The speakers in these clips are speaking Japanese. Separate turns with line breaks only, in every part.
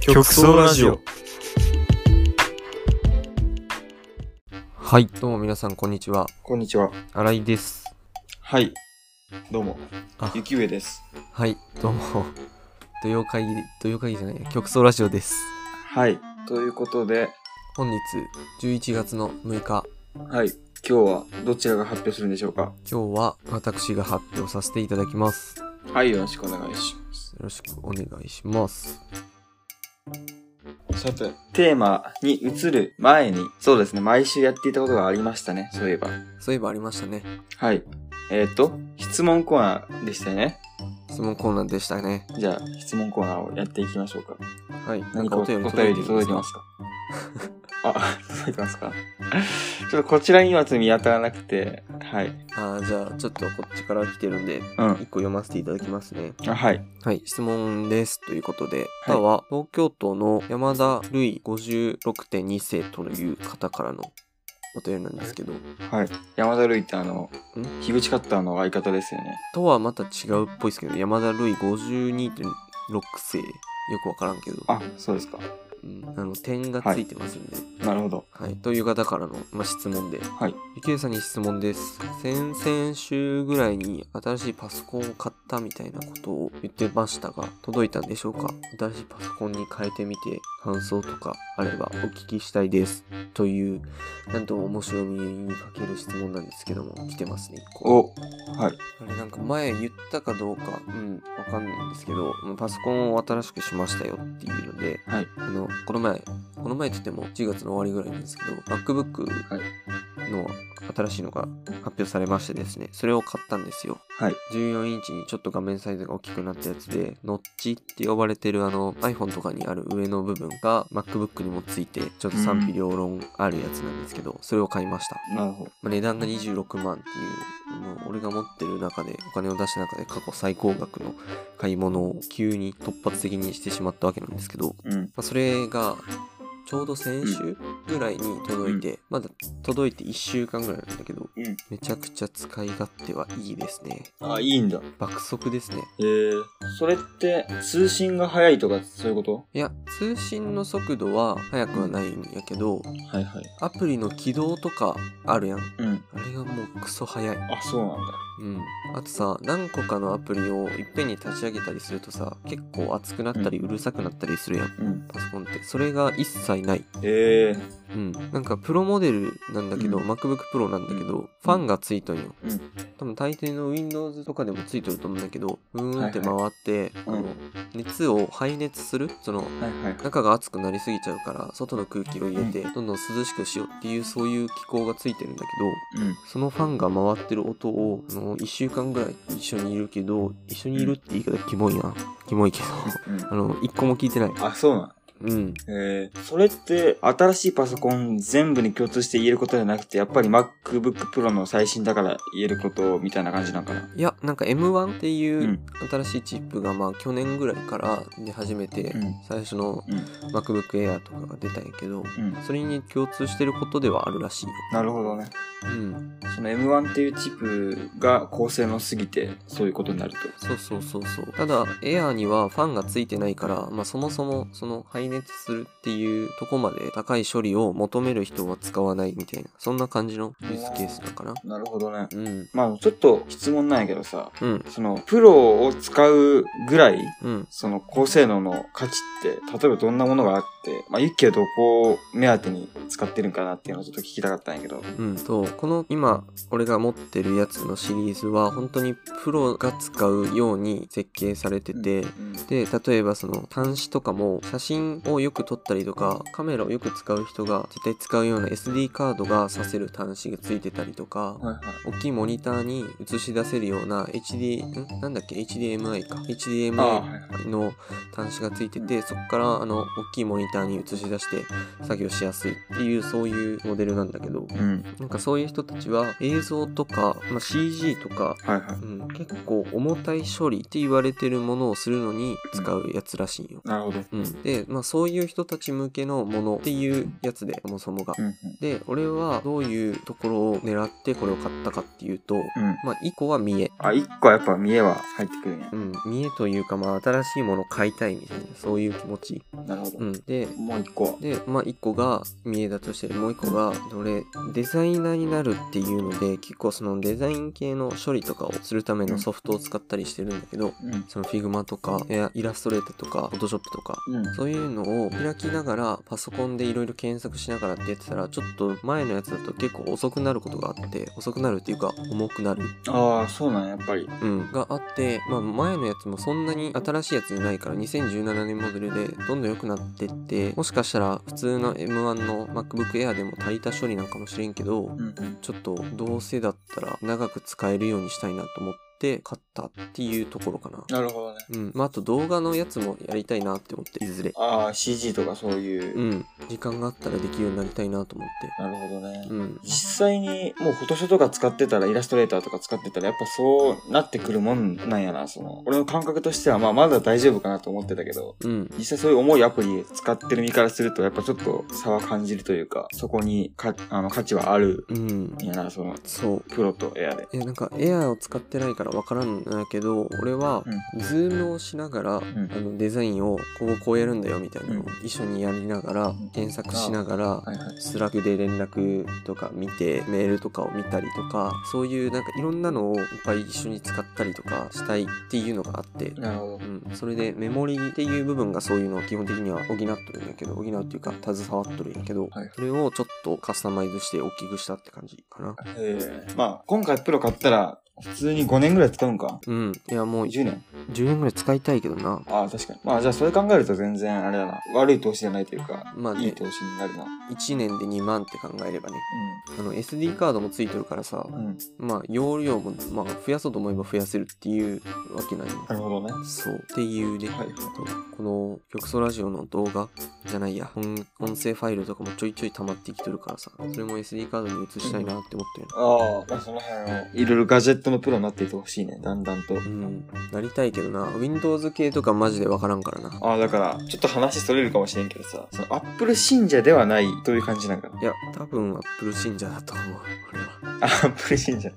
極総ラジオ
はいどうも皆さんこんにちは
こんにちは
新井です
はいどうも
あ
雪上です
はいどうも 土曜会議土曜会議じゃない極総ラジオです
はいということで
本日11月の6日
はい今日はどちらが発表するんでしょうか
今日は私が発表させていただきますよ
はいよろしくお願いします
ろしくお願いします
さてテーマに移る前にそうですね毎週やっていたことがありましたねそういえば
そういえばありましたね
はいえっ、ー、と質問コーナーでしたよね
質問コーナーでしたね
じゃあ質問コーナーをやっていきましょうか
はいなん
何
か
か
お
お
便り
便り
届いて
届いて
ま
ますすかあ、 届いてますかちょっとこちらにはちょっと見当たらなくて、はい。
あーじゃあちょっとこっちから来てるんで
う
1
ん。
個読ませていただきますね
あはい。
はい、質問です。ということで、今は東京都の山田るい56.2世という方からのお便りなんですけど、
はい。山田るいってあの
ん、
樋口カッターの相方ですよね。
とはまた違うっぽいですけど、山田るい52.6世、よくわからんけど、
あ、そうですか。
うん、あの点がついてますんで、
なるほど。
はい、という方からの、まあ、質問で、
はい。
ゆきえさんに質問です。先々週ぐらいに新しいパソコンを買ったみたいなことを言ってましたが、届いたんでしょうか新しいパソコンに変えてみて、感想とかあればお聞きしたいです。という、なんとも面白みにかける質問なんですけども、来てますね、一個
お、はい。
あれなんか前言ったかどうか、うん、わかんないんですけど、まあパソコンを新しくしましたよっていうので、
はい
あの、この前、この前って言っても10月の終わりぐらいなんですけど、MacBook の新しいのが発表されましてですね、それを買ったんですよ。
はい。
14インチにちょっと画面サイズが大きくなったやつで、ノッチって呼ばれてるあの iPhone とかにある上の部分が MacBook にもついて、ちょっと賛否両論あるやつなんですけど、それを買いました。
なるほど。
まあ値段が26万っていう、もう俺が持ってる中で、お金を出した中で過去最高額の買い物を急に突発的にしてしまったわけなんですけど、
うん。
まあ、それがちょうど先週ぐらいに届いて、まだ届いて1週間ぐらいなんだけど、
うん
めちゃくちゃ使い勝手はいいですね
あ、いいんだ。
爆速ですね
えー、それって通信が早いとかそういうこと
いや通信の速度は速くはないんやけど
はいはい。
アプリの起動とかあるやんあ
うん。
れがもうクソ速い
あ、そうなんだ。
うんあとさ何個かのアプリをいっぺんに立ち上げたりするとさ結構熱くなったりうるさくなったりするやん
うん。
パソコンってそれが一切ない
えー、
うん、なんかプロモデルなんだけど、
うん
MacBookPro なんだけど、
うん
ファンがついとんよ、
うん
多分大抵の Windows とかでもついとると思うんだけどうーんって
は
回って、
うん
あの熱を排熱するその
はいはい。
中が熱くなりすぎちゃうから外の空気を入れてどんどん涼しくしようっていうそういう機構がついてるんだけど
うん。
そのファンが回ってる音をあの1週間ぐらい一緒にいるけど一緒にいるって言い方キモいなキモいけど
うん
あ。の1個も聞いてない
あ、そうなんだ。
うん
えー、それって新しいパソコン全部に共通して言えることじゃなくてやっぱり MacBook Pro の最新だから言えることみたいな感じなんかない
やなんか M1 っていううん新しいチップがまあ去年ぐらいから出始めて、
うん
最初の
うん
MacBook Air とかが出たんやけど
うん
それに共通してることではあるらしいよ、
なるほどね
うん、
その M1 っていうチップが高性能すぎてそういうことになると
そうそうそうそうただ Air にはファンがついてないから、まあ、そもそもその排熱するっていうとこまで高い処理を求める人は使わないみたいなそんな感じのユースケースだから
なるほどね
うん
まあちょっと質問なんやけどさ
うん
そのプロを使うぐらい
うん
その高性能の価値って例えばどんなものがあってまあユッケはどこを目当てに使ってるんかなっていうのをちょっと聞きたかったんやけど
うん、とこの今俺が持ってるやつのシリーズは本当にプロが使うように設計されてて、
うん
で例えばその端子とかも写真をよく撮ったりとかカメラをよく使う人が絶対使うような SD カードがさせる端子がついてたりとか、
はいはい
大きいモニターに映し出せるような HD んなんだっけ HDMI か
ああはい
HDMI の端子がついててそこからあの大きいモニターに映し出して作業しやすいっていうそういうモデルなんだけど
うん。
なんかそういう人たちは映像とか、まあ、CG とか
はいは
うん、結構重たい処理って言われてるものをするのに使うやつらしいよ
い。。なるほど。
うん、で、まあ、そういう人たち向けのものっていうやつでそもそもが
う。んうん。
で俺はどういうところを狙ってこれを買ったかっていうと、
うん。
まあ、1個は見え。
あ、一個はやっぱ見栄は入ってくるんや
う。ん、見えというか、まあ、新しいものを買いたいみたいなそういう気持ち、
なるほど
う。ん、で
もう一個。
で、まあ、1個が見えだとしてもう1個が俺デザイナーになるっていうので結構そのデザイン系の処理とかをするためのソフトを使ったりしてるんだけど
うん。
そのフィグマとかいやイラストレーターとかフォトショップとか
うん。
そういうのを開きながらパソコンでいろいろ検索しながらってやってたらちょっと前のやつだと結構遅くなることがあって遅くなるっていうか重くなる、
ああ、そうなんや、やっぱり。
うん、があって、まあ、前のやつもそんなに新しいやつじゃないから2017年モデルでどんどん良くなってってもしかしたら普通の M1 の MacBook Air でも足りた処理なんかもしれんけど
うん。
ちょっとどうせだったら長く使えるようにしたいなと思って買ったっていうところかな。
なるほどね。
うん、まあ、あと動画のやつもやりたいなって思っていずれ
ああ、CG とかそういう。
うん時間があったらできるようになりたいなと思っ
なるほどね。
てうん
実際にもうフォトショーとか使ってたらイラストレーターとか使ってたらやっぱそうなってくるもんなんやなその俺の感覚としてはまあまだ大丈夫かなと思ってたけど
うん
実際そういう重いアプリ使ってる身からするとやっぱちょっと差は感じるというかそこにかあの価値はある
うん
んやなその
そう
プロとエアで
えなんかエアーを使ってないからわからんんだけど俺はズームをしながら、
ん
あのデザインをこうこうやるんだよみたいなのを
うん
一緒にやりながら、
ん
検索しながら、
はいはい
スラックで連絡とか見てメールとかを見たりとかそういうなんかいろんなのをいっぱい一緒に使ったりとかしたいっていうのがあって
なるほど
うん、それでメモリーっていう部分がそういうのを基本的には補っとるんやけど補うっていうか携わっとるんやけど、
はい
それをちょっとカスタマイズして大きくしたって感じかな
ええまあ今回プロ買ったら普通に5年ぐらい使うんか
うんいやもう10
10年
年ぐらい使いたいけどな
ああ確かにまあじゃあそれ考えると全然あれだな悪い投資じゃないというか
まあ
いい
ね
投資になるな
1年で2万って考えればねあの SD カードもついてるからさ
うんうん
まあ容量も、まあ、増やそうと思えば増やせるっていうわけないよ
なるほどね
そうっていうね、
はい
この曲奏ラジオの動画じゃないや音音声ファイルとかもちょいちょい溜まってきてるからさそれも SD カードに移したいなって思ってる
ああ、まあ、その辺を。いろいろガジェットのプロになっていってほしいね、だんだんと。
うんなりたいけどな Windows 系とかマジでわからんからな
ああ、だから、ちょっと話それるかもしれんけどさ、そのアップル信者ではないという感じなんかな。
いや多分 Apple 信者だと思う俺は
あアップル信者。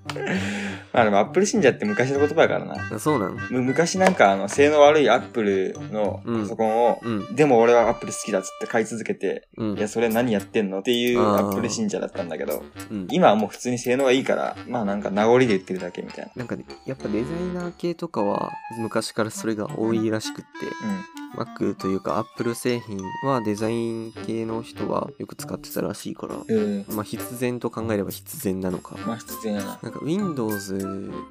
まあでも、アップル信者って昔の言葉やからな。
あそうなん
む昔なんか、あの、性能悪いアップルの
うん
パソコンを、
うん
でも俺はアップル好きだっつって買い続けて、
うん
いや、それ何やってんのっていう
あ
ア
ー
ップル信者だったんだけど、
うん
今はもう普通に性能がいいから、まあなんか名残で言ってるだけみたいな。
なんかねやっぱデザイナー系とかは昔からそれが多いらしくって
うん。
Mac というか Apple 製品はデザイン系の人はよく使ってたらしいから
うん。
まあ必然と考えれば必然なのか
まあ、必然やな。
なんか Windows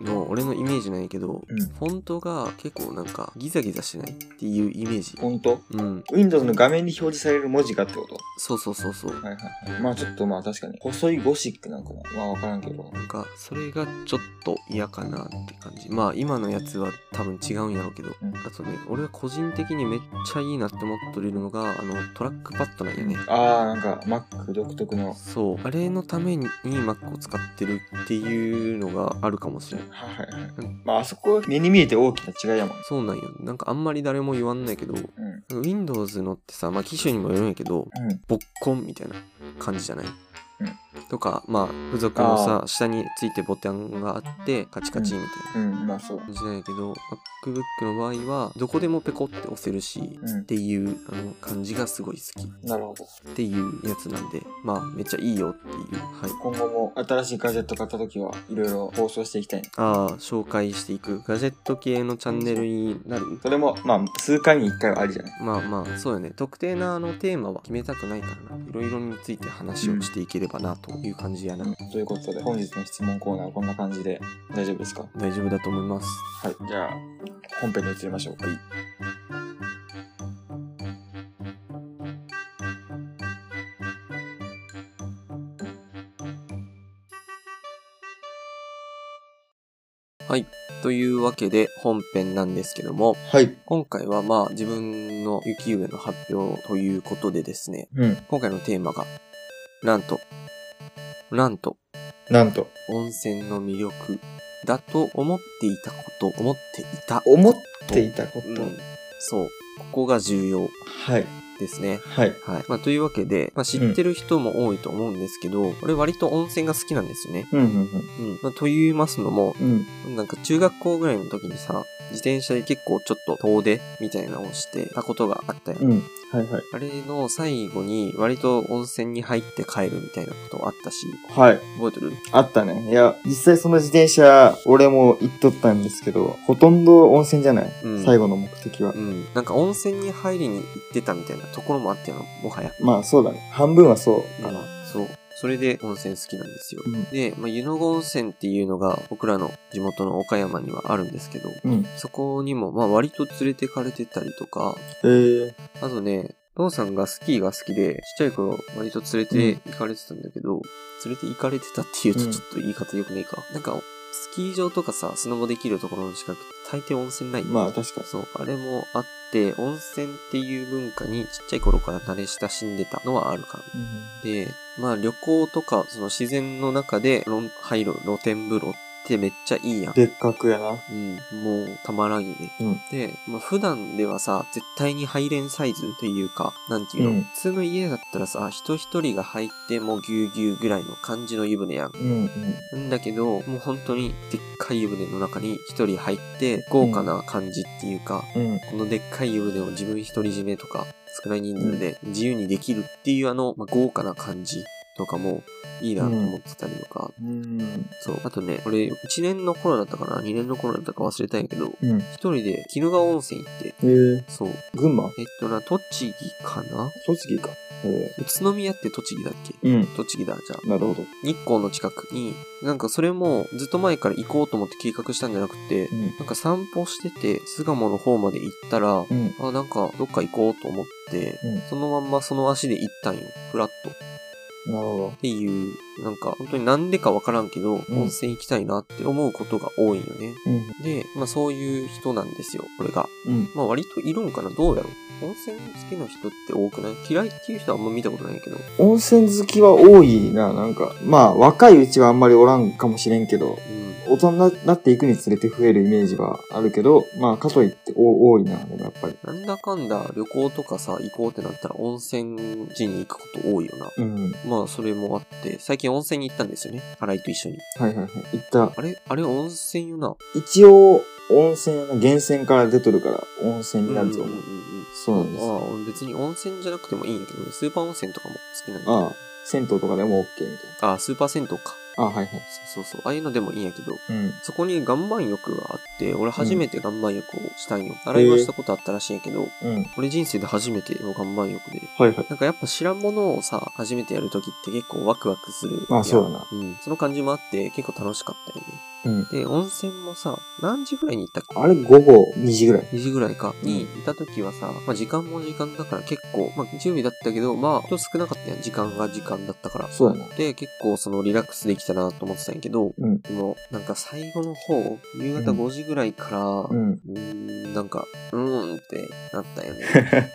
の俺のイメージなんやけど、
うん
フォントが結構なんかギザギザしてないっていうイメージ。
ほんと
うん
Windows の画面に表示される文字がってこと
そうそうそうそう。
はいはいはい。まあちょっとまあ確かに、細いゴシックなんかな。まあわからんけど。
なんかそれがちょっと嫌かなって感じ。まあ今のやつは多分違うんやろうけど、
うん
あとね、俺は個人的にめっちゃいいなって思っとれるのが、あのトラックパッドなんやね。
ああ、なんか Mac 独特の。
そう。あれのために Mac を使ってるっていうのがあるかもしれん。
はいはいはい。まああそこは目に見えて大きな違いやもん。
そうなんよ。なんかあんまり誰も言わんないけど、
うん
Windows のってさ、まあ機種にもよるんやけど、
うん。
ボッコンみたいな感じじゃない、とかまあ付属
あ
の
ー
さ下についてボタンがあってカチカチみたいな
うん、まあそう。
感じなんやけど MacBook の場合はどこでもペコって押せるし
う
っ
ん。
ていうあの感じがすごい好き
なるほど。
っていうやつなんでまあめっちゃいいよっていうはい
今後も新しいガジェット買った時はいろいろ放送していきたいね。
ああ紹介していくガジェット系のチャンネルになる
それも、まあ数回に1回はありじゃない。
まあまあそうよね特定なあのテーマは決めたくないからないろいろについて話をしていければなという感じやな、
ということで、本日の質問コーナーはこんな感じで大丈夫ですか
大丈夫だと思います
はい。じゃあ、本編に移りましょう。はい。
はい。というわけで本編なんですけども、
はい。
今回はまあ自分の雪上の発表ということでですね、
うん。
今回のテーマが、なんと、なんと、
なんと。
温泉の魅力だと思っていたこと、思っていた。
思っていたこと。
うんそう。ここが重要
はい。
ですね。
はい。
はい。まあ、というわけで、まあ、知ってる人も多いと思うんですけど、俺割と温泉が好きなんですよね。
うんうん
うん。まあ、と言いますのも、
うん。うん。
なんか中学校ぐらいの時にさ、自転車で結構ちょっと遠出みたいなのをしてたことがあったよ。
うん。はいはい。
あれの最後に割と温泉に入って帰るみたいなことあったし、
はい。
覚えてる
あったね。いや、実際その自転車、俺も行っとったんですけど、ほとんど温泉じゃない、
うん
最後の目的は
う。ん。なんか温泉に入りに行ってたみたいなところもあったよ、もはや。
まあそうだね。半分はそうかな。
そう。それで温泉好きなんですよ。
うん
で、まあ、湯の郷温泉っていうのが僕らの地元の岡山にはあるんですけど、
うん。
そこにもまあ割と連れてかれてたりとか、
えー、
あとね、父さんがスキーが好きで、ちっちゃい頃割と連れて行かれてたんだけど、連れて行かれてたっていう
う
と
ん
ちょっと言い方良くないか。なんか、スキー場とかさ、スノボできるところの近くって大抵温泉ない
まあ確かに。
そう、あれもあって、温泉っていう文化にちっちゃい頃から慣れ親しんでたのはあるかな。で、まあ旅行とか、その自然の中でろん入る露天風呂ってめっちゃいいやん。
でっかくやな。
うん、もうたまらんよね。
うん
で、まあ、普段ではさ、絶対に入れんサイズというか、なんていうの、
うん
普通の家だったらさ、人一人が入ってもうぎゅうぎゅうぐらいの感じの湯船やん。
うんうん。
んだけど、もう本当にでっかい湯船の中に一人入って、豪華な感じっていうか、
うん。
このでっかい湯船を自分独り占めとか少ない人数で自由にできるっていうあの、まあ豪華な感じとかもいいなと思ってたりとか、
うん。
そう。あとね、俺1年の頃だったかな、2年の頃だったか忘れたんやけど、
うん。
一人で鬼怒川温泉行って、
えー、
そう。
群馬
えっとな、栃木かな
栃木か。え
宇都宮って栃木だっけ
ー、うん。
栃木だ、じゃあ。
なるほど。
日光の近くに、なんかそれもずっと前から行こうと思って計画したんじゃなくて、
うん。
なんか散歩してて、巣鴨の方まで行ったら、
うん。
あ、なんかどっか行こうと思って、
うん
そのまんまその足で行ったんよ。フラッと。っ
なるほ
ていう、なんか本当になんでかわからんけど、
うん
温泉行きたいなって思うことが多いよね。
ど。うん。
で、まあそういう人なんですよ、俺が。
うん。
まあ割といるんかなどうやろう温泉好きな人って多くない嫌いっていう人はあんま見たことないけど。
温泉好きは多いな、なんか。まあ若いうちはあんまりおらんかもしれんけど、
うん。
大人になっていくにつれて増えるイメージはあるけど、まあ、かといってお多いな、でもやっぱり。
なんだかんだ旅行とかさ、行こうってなったら温泉地に行くこと多いよな。
うん。
まあそれもあって、最近温泉に行ったんですよね。新井と一緒に。
はいはいはい。行った。
あれあれ温泉よな。
一応、温泉の源泉から出とるから、温泉になると
うん
思
うん
う。
うんうん
そうなんです。
ああ、俺別に温泉じゃなくてもいいんやけど、スーパー温泉とかも好きなんだけど。
ああ、銭湯とかでも OK みたい
ああ、スーパー銭湯か。
な。ああ、はいはい。
そうそうそう。ああいうのでもいいんやけど、
うん。
そこに岩盤浴があって、俺初めて岩盤浴をしたんよ。洗いはしたことあったらしいんやけど、
うん。
俺人生で初めての岩盤浴で。
はいはい。
なんかやっぱ知らんものをさ、初めてやるときって結構ワクワクするやん。
まあそうだな。
うん。その感じもあって結構楽しかったよ
うん。
ね。で、温泉もさ、何時ぐらいに行ったっけ
あれ、午後2時ぐらい。
2時ぐらいか
うん
にいた時はさ、まあ時間も時間だから結構、まあ日曜日だったけど、まあ人少なかったやん。時間が時間だったから。
そうだな。
で、結構そのリラックスできたなと思ってたんやけど、
うん
でもなんか最後の方、夕方
うん
5時ぐらいから、う
うん。
ーん、なんか、うーんってなったよね。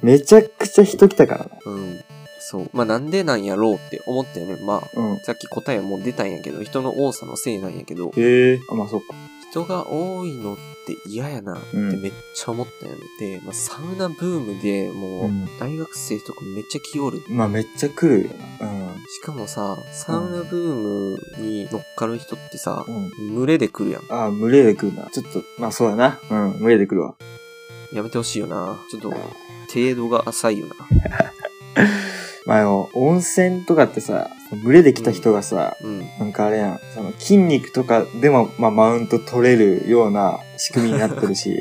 めちゃくちゃ人来たからな。
うん。そう。まあなんでなんやろうって思ったよね。まあ、
うん。
さっき答えはもう出たんやけど、人の多さのせいなんやけど、
へえ。あ、まあそっか。
人が多いのって嫌やなって
うん
めっちゃ思ったよね。で、まあ、サウナブームでもう、
ん。
大学生とかめっちゃ来よる。
まあめっちゃ来るよな。
しかもさ、サウナブームに乗っかる人ってさ
う、ん。うん。
群れで来るやん。
ああ、群れで来るな。ちょっと、まあそうだな。うん、群れで来るわ。
やめてほしいよな。ちょっと、程度が浅いよな。
まあでも、温泉とかってさ、群れで来た人がさ、
うん。
なんかあれやん、その筋肉とかでも、まあマウント取れるような仕組みになってるし、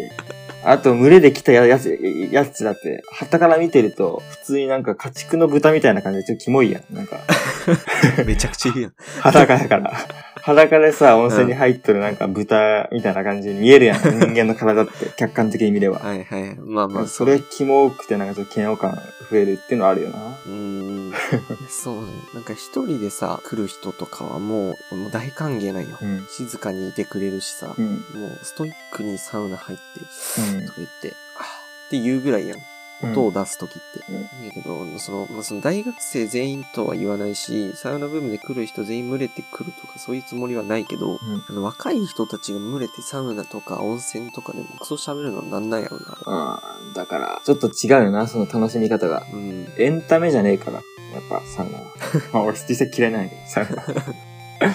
あと、群れで来たややつ、やつだって、旗から見てると、普通になんか家畜の豚みたいな感じでちょっとキモいやん。なんか、
めちゃくちゃいいやん。
裸やから。裸でさ、温泉に入っとるなんか豚みたいな感じに見えるやん。人間の体って、客観的に見れば。
はいはい。まあま
ま
あ、
あ、それ、キモくてなんかちょっと嫌悪感増えるっていうのはあるよな。
うーん。そうね。なんか一人でさ、来る人とかはもう、もう大歓迎なんよ。
うん。
静かにいてくれるしさ、
うん。
もうストイックにサウナ入って、
うん
とか言って、あって言うぐらいやん。
うん
音を出すときって。
うん
だけど、その、まあ、その大学生全員とは言わないし、サウナブームで来る人全員群れてくるとかそういうつもりはないけど、
ん
あの若い人たちが群れてサウナとか温泉とかでもクソ喋るのなんなんやろな。
ああ、だから、ちょっと違うよな、その楽しみ方が。
うん。
エンタメじゃねえから、やっぱサ ウナは。まあ俺実際嫌いなんやけど、サウナ。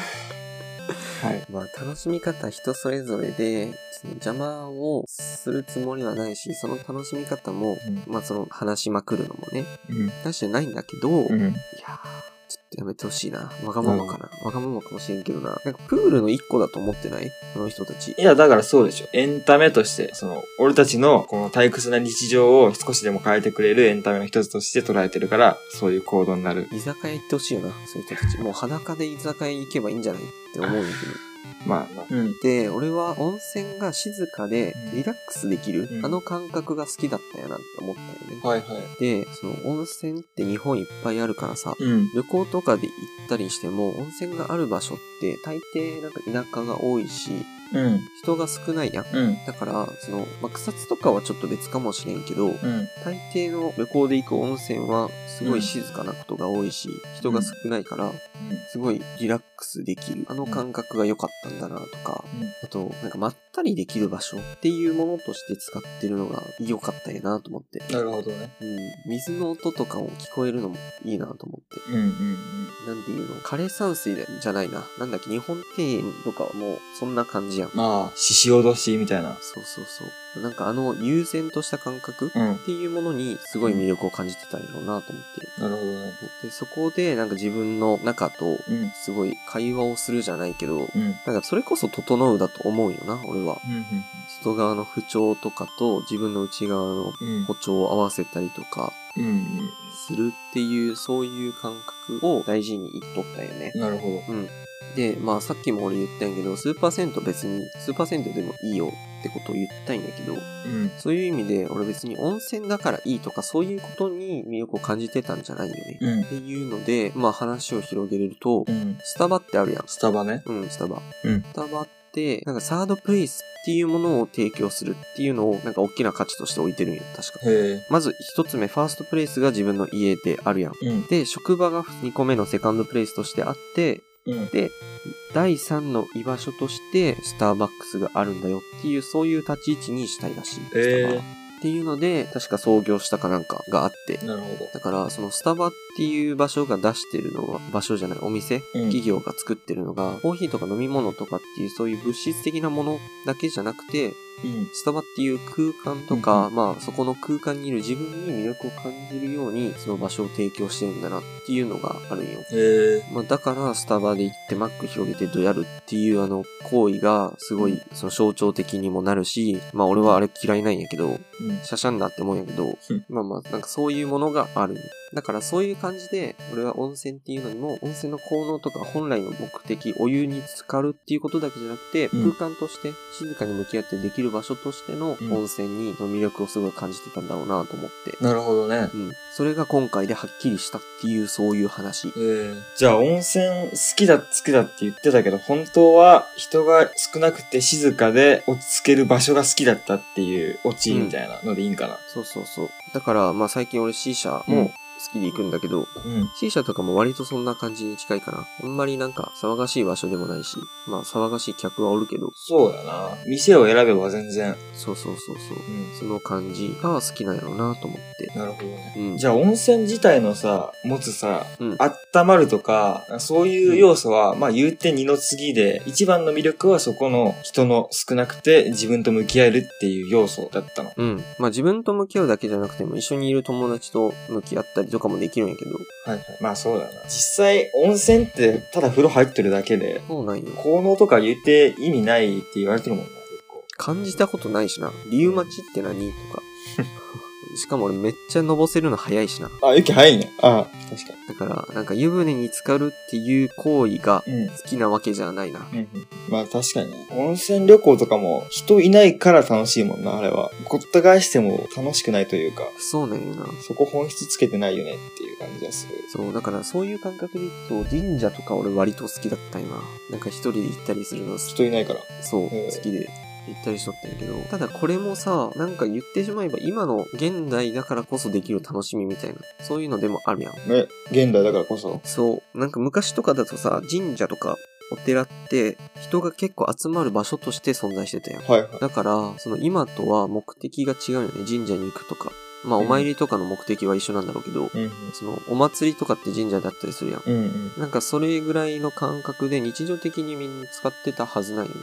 はい。
まあ楽しみ方人それぞれで、その邪魔をするつもりはないし、その楽しみ方も、
う
まあその話しまくるのもね、
うん。
出してないんだけど、
う
いやー
ん。
ちょっとやめてほしいな。わがままかな。わがままかもしれんけどな。なんかプールの一個だと思ってないあの人たち
い。や、だからそうでしょ。エンタメとして、その、俺たちのこの退屈な日常を少しでも変えてくれるエンタメの一つとして捉えてるから、そういう行動になる。
居酒屋行ってほしいよな、そういう人たち。もう裸で居酒屋行けばいいんじゃないって思うんだけど。
まあまあ。うん。
で、俺は温泉が静かでリラックスできる、
うん
あの感覚が好きだったよなって思ったよね。
はいはい。
で、その温泉って日本いっぱいあるからさ、
うん。
旅行とかで行ったりしても温泉がある場所って大抵なんか田舎が多いし、
うん。
人が少ないやん。
うん。
だから、その、まあ、草津とかはちょっと別かもしれんけど、
うん。
大抵の旅行で行く温泉はすごい静かなことが多いし、人が少ないから、すごいリラックスできる。あの感覚が良かったんだなとか、
うん
あと、なんかまったりできる場所っていうものとして使ってるのが良かったよなと思って。
なるほどね。
うん。水の音とかも聞こえるのもいいなと思って。
うんうん
なんていうの枯山水じゃないな。なんだっけ、日本庭園とかはもうそんな感じやん。
うん。まあ、獅子おどしみたいな。
そうそうそう。なんかあの悠然とした感覚っ
うん。な
ていうものにすごい魅力を感じてたんやろうなと思って。
るほどね。
で、そこでなんか自分の中と
うん。
すごい会話をするじゃないけど、
うん。
なんかそれこそ整うだと思うよな、俺は。外側の不調とかと自分の内側の
うん。うん
歩調を合わせたりとか
うん。
するっていう、そういう感覚を大事に言っとったよね。
なるほ
うん。で、まあさっきも俺言ったんやけど、スーパーセント別に、スーパーセントでもいいよってことを言ったんやけど、
ど。うん。
そういう意味で俺別に温泉だからいいとかそういうことに魅力を感じてたんじゃないよね。
うん
っ。ていうので、まあ話を広げれると
う、ん。
スタバってあるやん。
スタバね。
うん、スタバ。
うん
スタバって、なんかサードプレイスっていうものを提供するっていうのを、なんか大きな価値として置いてるんよ、確か。
へえ。
まず一つ目、ファーストプレイスが自分の家であるやん。
うん。
で、職場が2個目のセカンドプレイスとしてあって、
うん。
第3の居場所としてスターバックスがあるんだよっていう、そういう立ち位置にしたいらしい。
へ
ス
え
タバはっていうので、確か創業したかなんかがあって。
なるほど。
だから、そのスタバっていう場所が出してるのは、場所じゃない、お店
うん
企業が作ってるのが、コーヒーとか飲み物とかっていうそういう物質的なものだけじゃなくて、
うん。
スタバっていう空間と
う
か、
ん
まあそこの空間にいる自分に魅力を感じるように、その場所を提供してるんだなっていうのがあるんよ。
へえ。
まあだからスタバで行ってマック広げてどやるっていうあの行為がすごいその象徴的にもなるし、まあ俺はあれ嫌いなんやけど、
うん。
シャシャンなって思うんやけど
うん、
まあまあ、なんかそういうものがある。だからそういう感じで、俺は温泉っていうのにも、温泉の効能とか本来の目的、お湯に浸かるっていうことだけじゃなくて、
うん
空間として静かに向き合ってできる場所としての
うん
温泉にの魅力をすごい感じてたんだろうなと思って。
なるほどね。
うん。それが今回ではっきりしたっていうそういう話。
ええ。じゃあ温泉好きだ好きだって言ってたけど、本当は人が少なくて静かで落ち着ける場所が好きだったっていうオチみたいなのでいいんかな。
そうそうそう。だからまあ最近俺 C 社も好きで行くんだけど、
うん。
C 社とかも割とそんな感じに近いかな。あんまりなんか騒がしい場所でもないし、まあ騒がしい客はおるけど、
そうやな。店を選べば全然。
そうそうそうそう。
うん。
その感じが好きなんやろうなと思って。
なるほどね。
うん。
じゃあ温泉自体のさ、持つさ、
うん
温まるとか、そういう要素は、まあ言うて二の次で、一番の魅力はそこの人の少なくて自分と向き合えるっていう要素だったの。
うん。まあ自分と向き合うだけじゃなくても一緒にいる友達と向き合ったりとかもできるんやけど。
はいはい。まあそうだな。実際、温泉ってただ風呂入ってるだけで、
そうなんよ。
効能とか言って意味ないって言われてるもんな、結構。
感じたことないしな。理由待ちって何とか。しかも俺めっちゃのぼせるの早いしな。
あ、雪早いね。あ確か
だから、なんか湯船に浸かるっていう行為が
に。うん。
好きなわけじゃないな。
うんうん、まあ確かにね。温泉旅行とかも人いないから楽しいもんな、あれは。ごった返しても楽しくないというか、
そうなんよな。
そこ本質つけてないよねっていう感じがする。
そう、だからそういう感覚で言うと、神社とか俺割と好きだったよな。なんか一人で行ったりするの好き
人いないから。
そう、
ええ
好きで行ったりしとったんやけど、ただこれもさ、なんか言ってしまえば今の現代だからこそできる楽しみみたいな、そういうのでもあるやん。
ね、現代だからこそ。
そう、なんか昔とかだとさ、神社とかお寺って人が結構集まる場所として存在してたやん。
はいはい。
だから、その今とは目的が違うよね。神社に行くとか。まあお参りとかの目的は一緒なんだろうけど、
うん
そのお祭りとかって神社だったりするやん。
うん。うんうん。
なんかそれぐらいの感覚で日常的にみんな使ってたはずなんよね。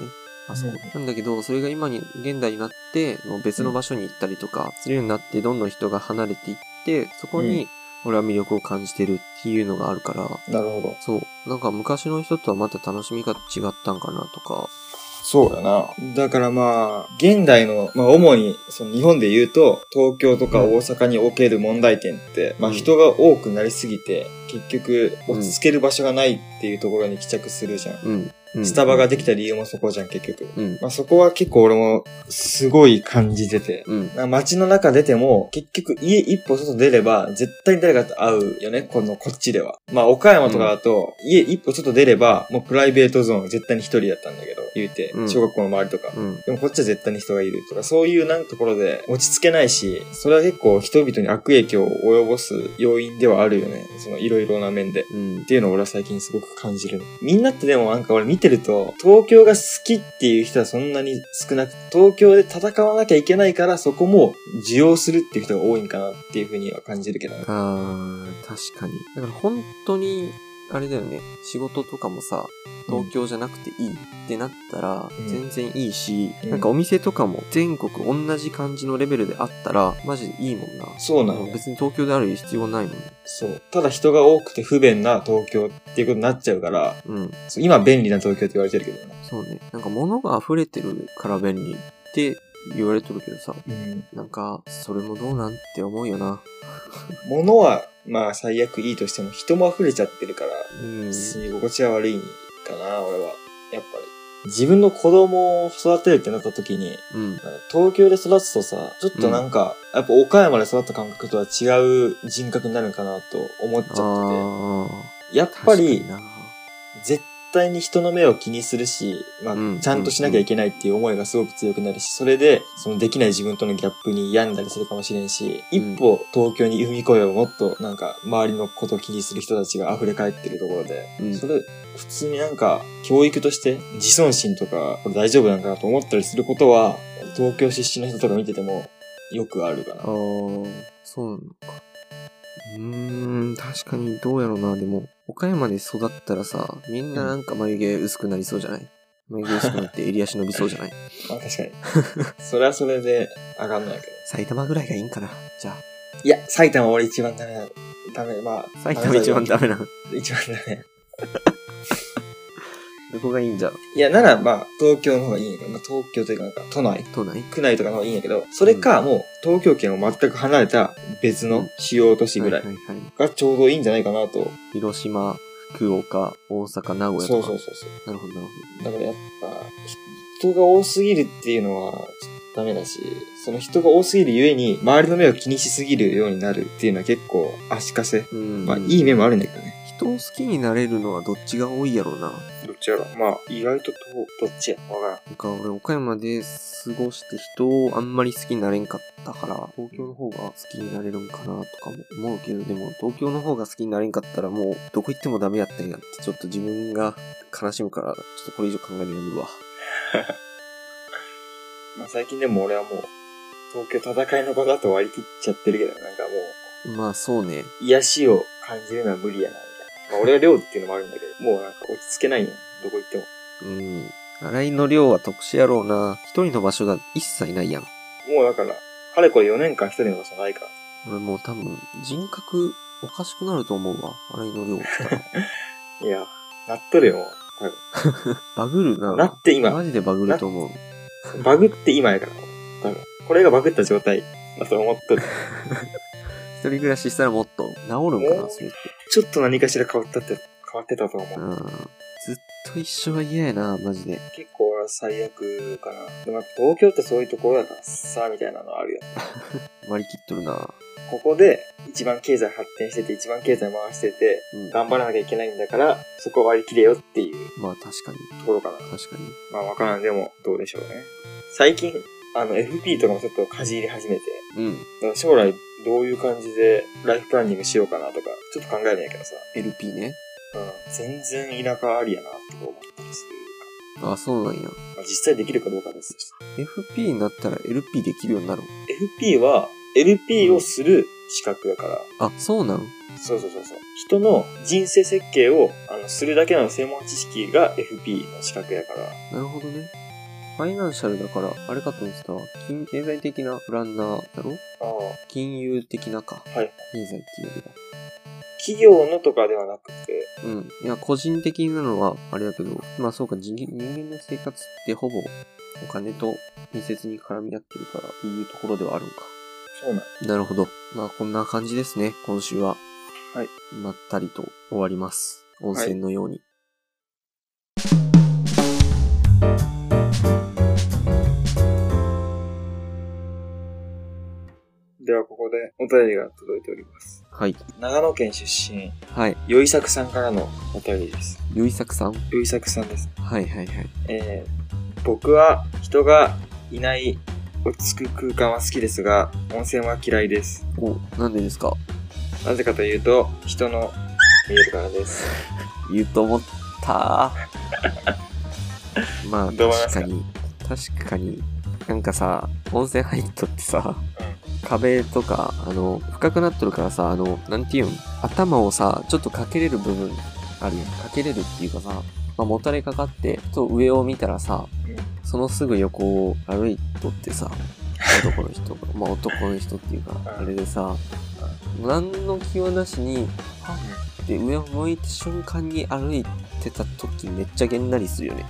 あそこ
うん
なんだけど、それが今に、現代になって、もう別の場所に行ったりとか、するようになって、どんどん人が離れていって、そこ
う
に、俺は魅力を感じてるっていうのがあるから、
なるほど。
そう。なんか昔の人とはまた楽しみが違ったんかなとか、
そうやな。だからまあ、現代の、まあ主に、その日本で言うと、東京とか大阪における問題点って、まあ
うん
人が多くなりすぎて、結局落ち着ける場所がないっていうところに帰着するじゃん。
うん。うん
スタバができた理由もそこじゃん、結局。
うん。
まあそこは結構俺もすごい感じてて。
うん。
な街の中出ても、結局家一歩外出れば、絶対に誰かと会うよね、この、こっちでは。まあ、岡山とかだと、家一歩外出れば、もうプライベートゾーン絶対に一人だったんだけど、言うて
う、ん
小学校の周りとか。
うん。
でもこっちは絶対に人がいるとか、そういうなんかところで落ち着けないし、それは結構人々に悪影響を及ぼす要因ではあるよね。そのいろいろな面で。
うん
っ。ていうのを俺は最近すごく感じる。みんなってでもなんか俺見てると、東京が好きっていう人はそんなに少なく、東京で戦わなきゃいけないからそこも受容するっていう人が多いんかなっていうふうには感じるけどね。
あー、確かに。だから本当に、あれだよね、仕事とかもさ、東京じゃなくていいってなったら
うん
全然いいし、
うん
なんかお店とかも全国同じ感じのレベルであったらマジでいいもんな。
そうなの
もう
ね。
別に東京である必要ないもんね。
そう。ただ人が多くて不便な東京っていうことになっちゃうから、
うん。
そう今便利な東京って言われてるけどね。
そうね。なんか物が溢れてるから便利って言われとるけどさ、
うん。
なんかそれもどうなんって思うよな。
物は、まあ最悪いいとしても人も溢れちゃってるから、
うん。
住み心地は悪いかな、俺は。やっぱり。自分の子供を育てるってなった時に、
うん。
東京で育つとさ、ちょっとなんか、やっぱ岡山で育った感覚とは違う人格になるかなと思っち
あ
ゃっ
ー
てて。やっぱ
確か
り
に、な。
絶対に人の目を気にするし、まあ、
うん
ちゃんとしなきゃいけないっていう思いがすごく強くなるし、それで、そのできない自分とのギャップに病んだりするかもしれんし、一
うん
歩東京に踏み越えをもっと、なんか、周りのことを気にする人たちが溢れ返ってるところで、
うん。
それ、普通になんか、教育として、自尊心とか、これ大丈夫なんかなと思ったりすることは、東京出身の人とか見てても、よくあるか
あ
な。
ー、そうなのか。うーん、確かにどうやろうな、でも、岡山で育ったらさ、みんななんか眉毛薄くなりそうじゃない眉毛薄くなって襟足伸びそうじゃない
まあ確かに。それはそれで、上がんないけど。
埼玉ぐらいがいいんかなじゃ
いや、埼玉俺一番ダメだ。ダメ、まあ。
あ、埼玉一番ダ
メ
メなの。
だよ。一番ダメ。
どこがいいんじゃ
いや、ならまあ、東京の方がいいんやけど、まあ東京というかなんか、都内。
都内
区内とかの方がいいんやけど、それか、もう、東京圏を全く離れた別の主要都市ぐらい
はいはいはい。
がちょうどいいんじゃないかなと。
広島、福岡、大阪、名古屋
そ
と
う
か。
そうそうそ
な
う。
るほど、なるほ
だからやっぱ、人が多すぎるっていうのは、ちょっとダメだし、その人が多すぎるゆえに、周りの目を気にしすぎるようになるっていうのは結構足かせ。
ど。うん。
まあ、いい面もあるんだけどね。
人を好きになれるのはどっちが多いやろうな。
どっちやろまあ、意外とど、どっちやわからん。
なんか俺岡山で過ごして人をあんまり好きになれんかったから、東京の方が好きになれるんかなとかも思うけど、でも東京の方が好きになれんかったらもうどこ行ってもダメやったんやって、ちょっと自分が悲しむから、ちょっとこれ以上考えるのやめるわ。
まあ、最近でも俺はもう、東京戦いの場だと割り切っちゃってるけど、なんかも
まあそうね。
う、癒しを感じるのは無理やな、みたいな。まあ、俺は寮っていうのもあるんだけど、もうなんか落ち着けないよ。どこ行っても。
うん。新井の量は特殊やろうな。一人の場所が一切ないやん。
もうだから、かれこれ4年間一人の場所ないから。
俺もう多分人格おかしくなると思うわ。新井の量 来たら。
いや、なっとるよ、もう。多分
バグるな。
なって今
マジでバグると思う。
バグって今やから。多分。これがバグった状態。だと思ってる。
一人暮らししたらもっと治るんかな、それって。
ちょっと何かしら変わったって、変わってたと思う。
うん。ずっと一緒は嫌やな、マジで。
結構俺は最悪かな。でもやっぱ東京ってそういうところだからさ、みたいなのあるよね。
割り切っとるな。
ここで一番経済発展してて、一番経済回してて、
うん。
頑張らなきゃいけないんだから、そこ割り切れよっていう
まあ確かに、
ところかな。
確かに。
まあわからんでもどうでしょうね。最近、あの FP とかもちょっとかじり始めて、
うん。
だから将来どういう感じでライフプランニングしようかなとか、ちょっと考えないけどさ、
LP ね。
うん、全然田舎ありやなって思ったりす
あ、そうなんや。
るか。まあ、実際できるかどうかは別です
FP になったら LP できるようになるの
FP は LP をする資格だから、
あ、そうなん
そうそうそうそう。人の人生設計をあのするだけの専門知識が FP の資格やから、
なるほどね。ファイナンシャルだから、あれかと思ってたわ。金、経済的なプランナーだろ
ああ
金融的なか。
はい。
経済っていうよりは。
企業のとかではなくて、
うん。いや、個人的なのはあれだけど、まあそうか、人間人間の生活ってほぼお金と密接に絡み合ってるからっていうところではあるのか。
そうなん
なるほど。まあこんな感じですね、今週は。
はい。
まったりと終わります。温泉のように。
ではここでお便りが届いております。
はい。
長野県出身、
はい。
よいさくさんからのお便りです。
ゆいさくさん
よいさくさんです。
はいはいはい。
えー、僕は人がいない落ち着く空間は好きですが、温泉は嫌いです。
お、なんでですか
なぜかというと、人の見えるからです。
言うと思 った。まあ、
どう思いま
確
す
か
か
に、確かに、なんかさ、温泉入っとってさ、壁とか、あの、深くなっとるからさ、あの、なんていうん、頭をさ、ちょっとかけれる部分あるよ。かけれるっていうかさ、まあ、もたれかかって、ちょっと上を見たらさ、
うん
そのすぐ横を歩いとってさ、男の人が、まあ男の人っていうか、あれでさ、何の気はなしに、あで上を向いた瞬間に歩いてた時めっちゃげんなりするよね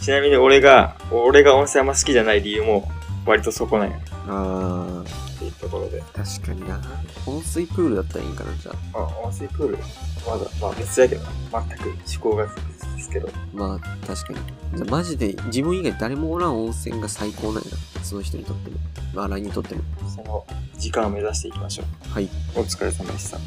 ちなみに俺が、俺が温泉あんま好きじゃない理由も割とそこなんや。っ
あー
ていうところで。
確かにな温水プールだったらいいんかなじゃあ
あ、温泉プールまだ、まあ別やけどな。全く趣向が別ですけど。
まあ確かにじゃあマジで自分以外誰もおらん温泉が最高なんやなその人にとってもまあ LINE にとっても
その時間を目指していきましょう。
はい
お疲れ様でした。